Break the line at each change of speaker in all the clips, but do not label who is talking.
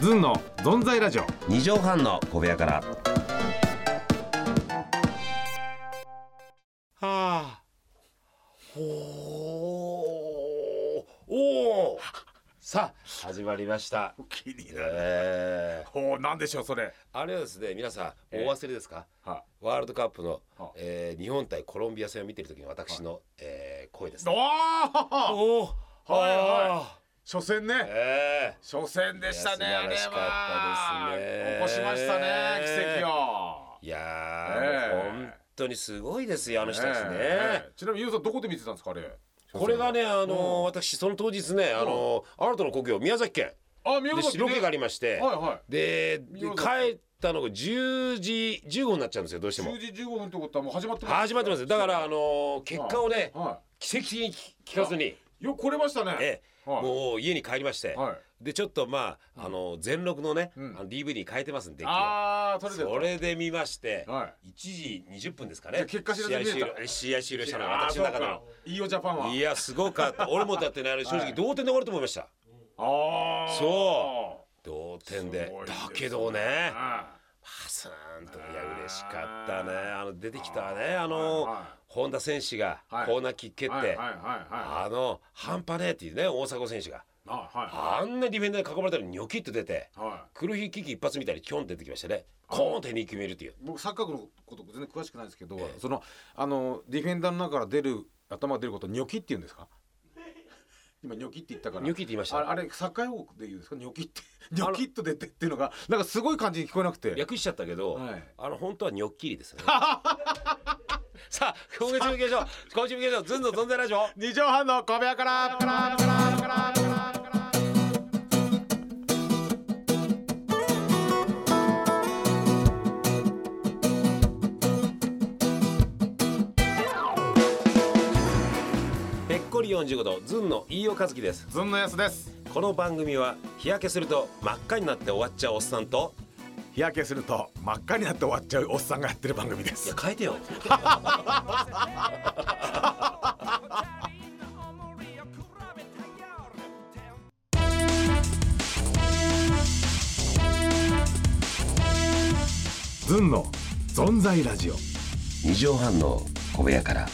ずんのぞんざいラジオ
二畳半の小部屋から
はあ。おーおーさあ始まりました。
気になる
え
ほうなんでしょうそれ
ー、あれはですね皆さん
ええ
お忘れですか、
は
ワールドカップの
は、
えー、日本対コロンビア戦を見てる時の私の、えー、声です、
お
ね。
お
お
ーはいはい初戦ね
え
初戦でしたね
いや
あれ
素晴らしかったですね
は起こしましたね奇跡を
ー、いやー、
ええ
本当にすごいですよあの人たちね。
ええちなみにゆうさんどこで見てたんですかあれ
これがねあのー
うん
私その当日ねあのー、新たな故郷宮崎県
あ見
で
よう
ロケがありまして、
はいはい
でで
宮崎
帰ったのが10時15分になっちゃうんですよどうしても
10時15分ってことはもう始まってます
始まってますだからあのー結果をね
は
奇跡的に聞かずに、
いよく来れましたね
ええ
はい
もう家に帰りまして、
はい
でちょっとまああのー全録のね、
うん
あの DVD に変えてますんで
ああそれで
それで見まして、
は
1時20分ですか
じ
ね
ゃあ結果知らずに見
試
れ
合
た
終了試合終了
い
したのが私の中での。
いいよジャパンはい
やすごかった俺もだってねあれ正
は
直
い
同点で終わると思いました
ああ
そ同点です
ごいですね
だけどね
は
パスーンといや嬉しかったねあの出てきたねあ
は
の
いはい
本田選手が
はい
コーナーキック蹴
い
っ
はいはい
て
は
あの半端ねえっていうね大迫選手が
いは
あんなディフェンダーに囲まれたのにニョキッと出て
いはい
黒ひキック一発みたいにキョンって出てきましたねコーンって2球見るっていう
僕サッカーのこと全然詳しくないんですけどそのあのディフェンダーの中から出る頭が出ることをニョキって言うんです か今ニョキって言ったから
ニョキって言いました
ああれサッカー用語で言うんですかニョキってニョキっと出てっていうのがなんかすごい感じに聞こえなくて
略しちゃったけど
はい
あの本当はニョッキリ ですねさあ今月も行きましょう今週も行きましょうずんの存在ラジオ
二畳半の小部屋から
ぺっこり45度ずんの飯尾和樹です
ずんのやすです
この番組は日焼けすると真っ赤になって終わっちゃうおっさんと
日焼けすると真っ赤になって終わっちゃうおっさんがやってる番組で
い
す
や変えてよ
ずんの存在ラジオ
二畳半の小部屋から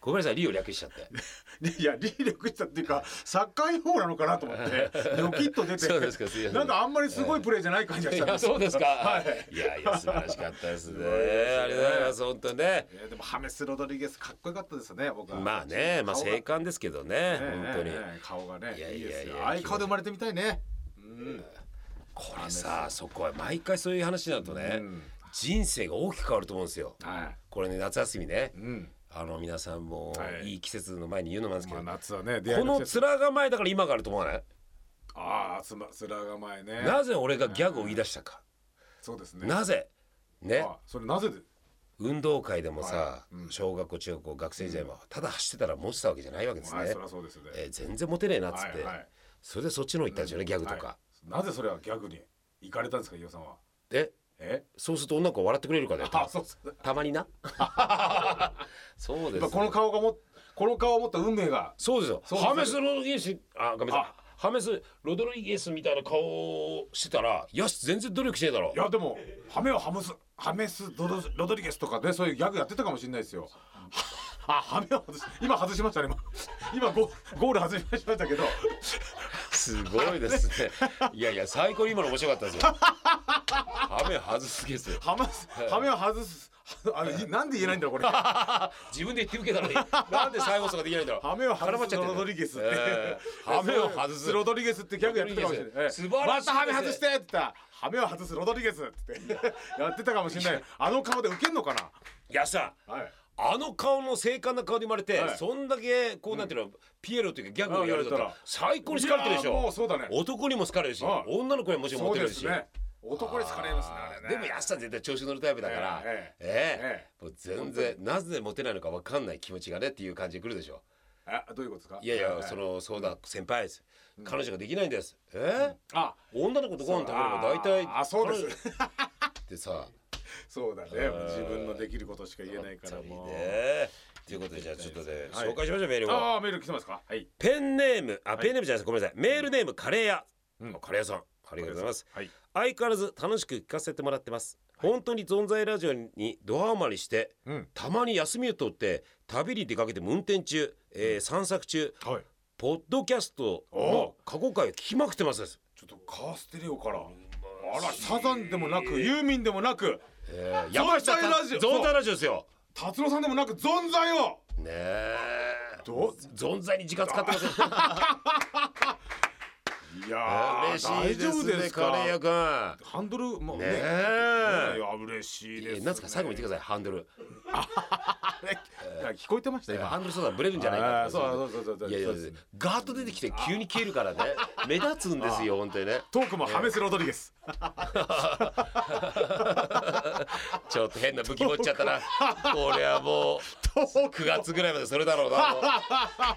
ごめんなさいリオ略しちゃって
いやリ力したっていうかサッカー用語なのかなと思 ってよきっと出て
そうですかすいません
なんかあんまりすごいプレーじゃない感じがし
い
たん
や
ですよ
そうですか、
はい
いやいや素晴らしかったですね
ごいですね
ありがとうございます本当にね
いやでもハメス・ロドリゲスかっこよかったですね僕は
まあねまあ
顔が
生還ですけど
ね
ね本当に
ねね顔がね
いや
い
いやい
い
や
ですよああいう顔で生まれてみたいねうん
これさそこは毎回そういう話になるとね
うん
人生が大きく変わると思うんですよ
はい
これね夏休みね
うん
あの皆さんも
はい
いい季節の前に言うのもなんですけ
ま
ど
あ夏はね出会
こ
いの
の
季節
面構えだから今があると思わない
ああつま面構えね
なぜ俺がギャグを言い出したか
そうですね
なぜね
あそれなぜで
運動会でもさ
はいうん
小学校中学校学生時代もただ走ってたら持ってたわけじゃないわけです
はい
ね
そりゃそうですよね
えー全然モテねえなっつ
は
っ
い
て
はい
それでそっちの方行ったんですよねギャグと
は
か
いなぜそれはギャグに行かれたんですか伊代さんは
で
え
そうすると女の子は笑ってくれるからね
あそうそう
たま になそう
やっ
です
ぱ
よ
この顔がもこの顔を持った運命が
そうですよ
そうです
ハメスロドリゲスあごめんなさい
あ
ハメスロドリゲスみたいな顔をしてたらよし全然努力してえだろ
いやでもハメをハムスハメスドロロドリゲスとかでそういうギャグやってたかもしれないですよ。 はあハメを外し今外しましたね今今ゴゴール外しましたけど
すごいですねいやいや最高に今の面白かったですよハメ外すゲスよ
ハマスハメを外すあのいなんで言えないんだろうこれ。ハ
自分で言って受けたのになんで最後とかできないんだろう
メを外
絡まっ
す
ちゃってる
ロドリゲスって、
えーハメを外す
ロドリゲスってギャグやってたかもしれない
ロ。ドリゲス素晴らしいで
また
すね
ハメ外してって言ったらハメを外すロドリゲスって言ってやってたかもしれない。あの顔でウケんのか
いやさ
な。はい。
あの顔の精悍な顔で生まれて、
はい
そんだけこうなんていうの、ピエロというかギャグをやると
あやれたら
最高に好かれてるでし
いやーも
ょ
うそうだね
男にも好かれるし
ああ
女の子にももちろん
そう
モテ
で
るし
すね。男に好かれますねあれね。
でも安さん絶対調子乗るタイプだから、
え
ええ
え
もう全然なぜモテないのか分かんない気持ちがねっていう感じでくるでしょ
あどういうことですか。
いやいや、
ええ
そのそうだ先輩です、彼女ができないんですえ
あ
え女の子とご飯食べれば大体
あそうです
彼 女ってさ
そうだね。自分のできることしか言えないからもう。
ねということでじゃあちょっとね、
はい
紹介しましょうメールを
ああメール来てますか。はい。
ペンネームあ、
い
ペンネームじゃないですごめんなさいメールネームカレー屋、
うん
あカレー屋さんありがとうございます
はい。
相変わらず楽しく聞かせてもらってます、
はい
本当に存在ラジオにドハマりして
うん。
たまに休みを取って旅に出かけても運転中、えー散策中
はい。
ポッドキャストの過去回を聞きまくってますです、
ちょっとカーステレオから。あらサザンでもなくユーミンでもなく
えー、山下
存在ラジオ
ゾンラジオですよ
達郎さんでもなく存在を。
ねえ
ど
存在に時間使ってますね
いやー
嬉しいです
大丈夫
ね
です
カレー
か
屋。君
ハンドルもね。
ねえ
いや嬉しい
え
です、
ー
ね。
なんすか最 後に言ってくださいハンドル
いや聞こえてました
えーハ
今。
ンドル操作ブレるんじゃないか
あー
って
そうそうそうそう
いやいや
そうです
ガーッと出てきて急に消える からね目立つんですよ本当にね
トークもハメスロドリゲス。
ちょっと変な武器持っちゃったなこれはもう9月ぐらいまでそれだろうなもう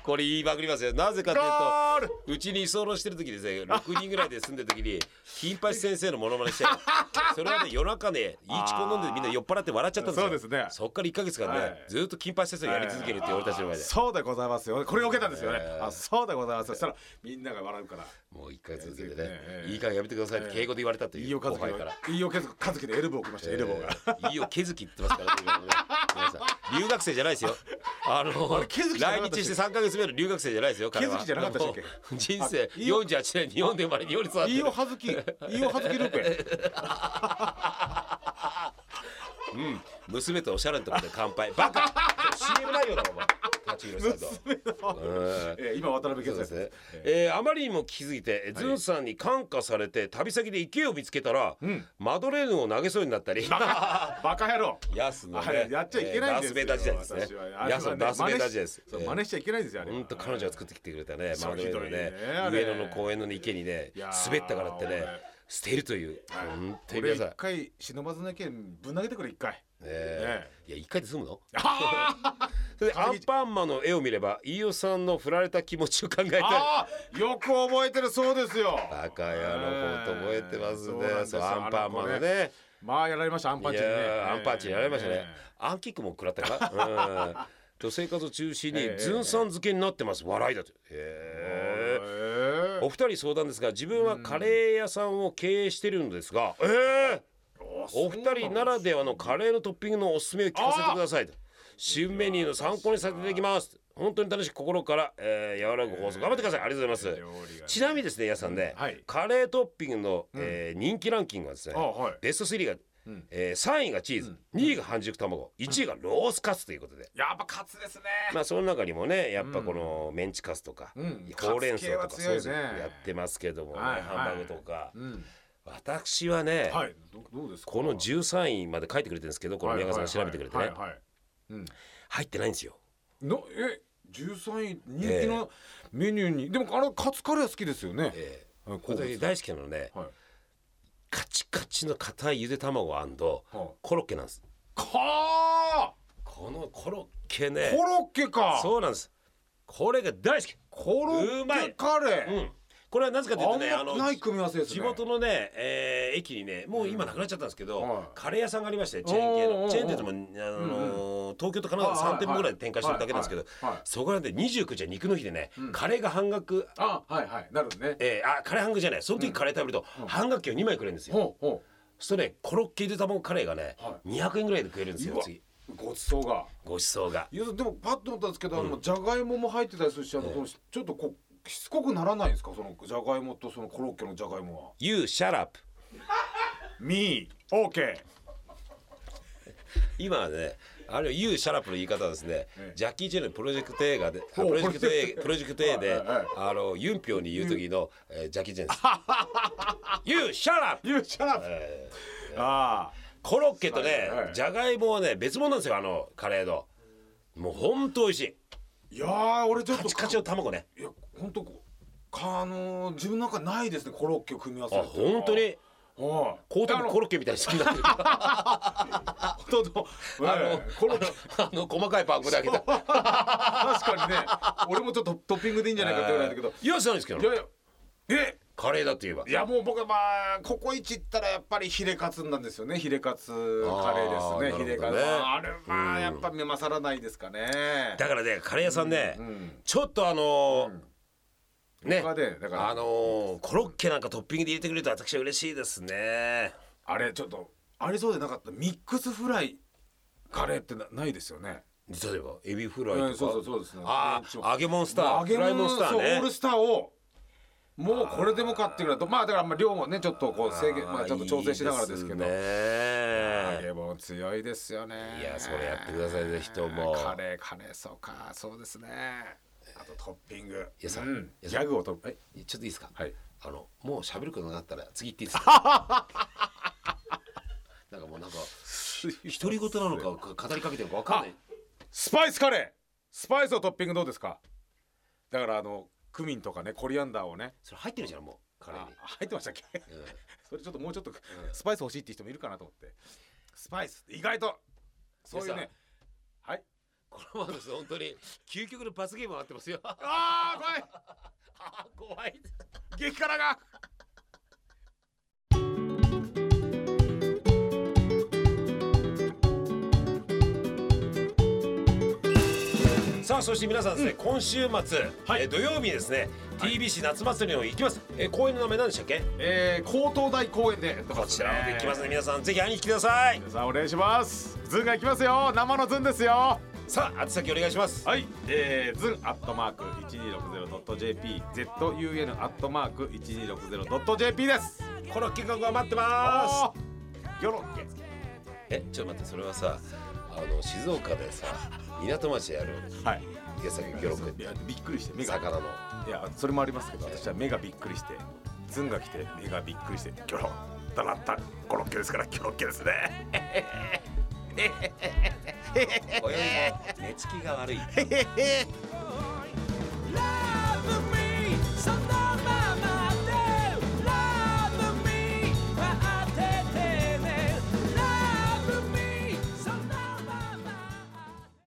これ言いまくりますよなぜかというと
ゴール。
うちに居候してる時 ですね6人ぐらいで住んでる時に金八先生のモノマネして それがね夜中ねいいチコ飲んでみんな酔っ払って笑っちゃったんですよ
そうですね
そっから1か月間ね、
はい
ずっと金八先生をやり続けるっていう俺たちの前で、
そうでございますよ。これが受けたんですよね。
えー
あ、そうでございます。そしたらみんなが笑うから。
もう1か月続けてね、
ええ
いいからやめてくださいって敬語で言われたっていう、
いいおかず
後
き
輩から。
の、いいおかずかずきでエルボー来ました。エルボーが。
えーいいよ気づきって言ってますからね 今もね皆さん留学生じゃないですよ あの
気づきじゃな
来
かったっけ
日して3か月目の留学生じゃないですよ彼は
気づきじゃなかったっけ
もう人生
あいいよ
48年日本で生まれ日本に育っ
いい
て
おはずき、いいおはずきルー ペ。
うん、娘とおしゃれのところで乾杯。バカ !CM 内容だろ、お前。立ち入りさんと。うん
えー今渡辺謙
そうで
ですす
ね、えーあまりにも気づいて、ズンさんに感化されて旅先で池を見つけたら、
ん
マドレーヌを投げそうになったり
バカ野郎。
ヤスの
あ
ね
れやっちゃいけないんですよ。
えーダースベイダー時代です
私
ね
はあれは
ヤスのダースベイダー時代です
真似しそう真似しちゃいけないんですよ。あれは
本当彼女が作ってきてくれたね
そう
マドレーヌをね
ひどいねあれ
上野の公園の、ね、池にね
いやー
滑ったからってね
俺
捨てるという
はい
本当に
俺
皆さん
一回忍ばずの剣ぶん投げてくれ一回。
ねえいや一回で済むの
あー
それでアンパンマンの絵を見れば飯尾さんの振られた気持ちを考えて
あー、よく覚えてるそうですよ。
バカ野郎本当覚えてます
そうなん
ね
です
そう
よ
アンパンマンのね
まあやられましたアンパン
い
チ
や
にね。
ーアンパンチやられましたね
えー
アンキックも食らった かうんと生活を中心に
ええ
ずんさん漬けになってます笑いだと
え
へえ
ー
お二人相談ですが自分はカレー屋さんを経営してるんですがええお二人ならではのカレーのトッピングのおすすめを聞かせてくださいと新メニューの参考にさせていただきます本当に楽しく心から、えー、和らぐ放送頑張ってくださいありがとうございます
料理が
ちなみにですね皆さんね、
はい
カレートッピングの、えー人気ランキングはですね
あはい
ベスト3が、
うん
えー、3位がチーズ、2位が半熟卵1位がロースカツということで、
やっぱカツですね。
まあその中にもねやっぱこのメンチカツとか、
うん
ほうれん草と
カ
か
ツ
そ
系
う
は強い
で
ね
すやってますけどもね、
はいはい
ハンバーグとか、
うん。
私はね、
はい。どどうですか。
この13位まで書いてくれてるんですけどこの宮川さんが調べてくれてね、
はいはいはいはいうん。
入ってないんですよ
のえ十三位人気のメニューに、でもあれカツカレー好きですよね。
え
え
これ大好きなのね
はい。
カチカチの硬いゆで卵
は
コロッケなんです
かあ
このコロッケね
コロッケか。
そうなんですこれが大好き
コロ
うま
ッ
い
ケカレ
う
ー。
んこれはなぜかというとね
あんまない組み合わせですね。
地元のね、えー駅にねもう今なくなっちゃったんですけど、
はい
カレー屋さんがありましてチェーン系
おーおーお
の
ー
チェーン店でも、あのー東京と神奈川3店舗ぐらいで展開してるだけなんですけど、
はいはいはい
そこらで29じゃ肉の日でね、カレーが半額
あはいはいなるほどね。
えー、あカレー半額じゃないその時カレー食べると半額券を2枚くれるんですよ、
ほうほ
それねコロッケゆで卵カレーがね、
は
200円ぐらいで食えるんです
う。う
よ
わ
次
ごちそうが。
ごちそうが
いやでもパッと思ったんですけど、あのじゃがいもも入ってたりするし、あのそのちょっとこうしつこくならないんですかそのじゃがいもとそのコロッケのじゃがいもは。
You shut up
ミーオーケー。
今はねあれ You shut up の言い方はですね、
ええ
ジャッキー・チェンのプロジェクト A がであ
お
プロジェクト A プ
プ
ロ
ロ
ジェクト A で、
はいはいはい
あのユンピョウに言う時の、えージャッキー・チェ ンです You shut up
ゆうちゃん。ああ。
コロッケとね
はいはい
じゃがいもはね別物なんですよあのカレーのもうほんと美味しい
いやー俺ちょっ
カ
と
チカチの卵ね
いや本当こうかあのー自分の中にないですねコロッケを組み合わせる
あ
っていうの
本
は
当に
はい
コートのコロッケみたいにしてんだけど
本当の、ええコロッケ
あの細かいパン粉だけだ。
確かにね俺もちょっとトッピングでいいんじゃないかって言われたけど
いや、そうなんですけど
い。やいやえ
カレーだといえば
いやもう僕はまあココイチ行ったらやっぱりヒレカツなんですよねヒレカツカレーですね
あー
ヒレカ
な
ツ
るほどね
あれま
う
あ
ん
やっぱ目勝らないですかね
だからねカレー屋さんね、
うん
ちょっとあのーね
他でだから
あのーコロッケなんかトッピングで入れてくれると私は嬉しいですね
あれちょっとありそうでなかったミックスフライカレーってなないですよね
例えばエビフライとか、
うんそうそうそうですね
ああ揚げモンスター
揚げ
フライモン
物
ス
ス
タ
タ
ー
ー、ね、オー
ね
ルスターをもうこれでもかっていうぐらいとまあだからまあ量もねちょっとこう制限まあちょっと調整しながらですけど
いいです
揚
ね
げ物強いですよね
いやそれやってくださいぜひとも
カレーカレーそうかそうですねあとトッピング
いやさ
うん
いや
ギ
さ
ャグをとえ
ちょっといいですか、
はい
あのもう喋ることになったら次行っていいですか なんかもうなんか独り言なのかか語りかけてるのかわかんない
スパイスカレースパイスをトッピングどうですかだからあのクミンとかねコリアンダーをね
それ入ってるじゃんもうカレー
あ
に、
入ってましたっけ
うん
それちょっともうちょっとスパイス欲しいって人もいるかなと思ってスパイス意外とそういう
いや
ね
さ
はい
このままです本当に究極の罰ゲームになってますよあ
ああ怖い
ー怖い
激辛が
さあそして皆さんですね、今週末、
はい
えー土曜日にですね、TBC 夏祭りの方行きます、えー、公演の名前何でしたっけ
えー、高等大公園でやってますね
こちらの方で行きますね皆さんぜひ会いに来てください
皆さんお願いしますズンが行きますよ生のズンですよ
さあ宛先お願いします
はい、えー、ズンアットマーク 1260.jp zun アットマーク 1260.jp です
コロッケ企画は待ってます
よろけ
えちょっと待ってそれはさあの静岡で さ港町でやる
はい
手先ギョロッ
い
ケ
やびっくりして目が
魚の
いやそれもありますけど私は目がびっくりしてズンが来て目がびっくりしてギョロだなったコロッケですからギョロッケですね
およびも寝つきが悪い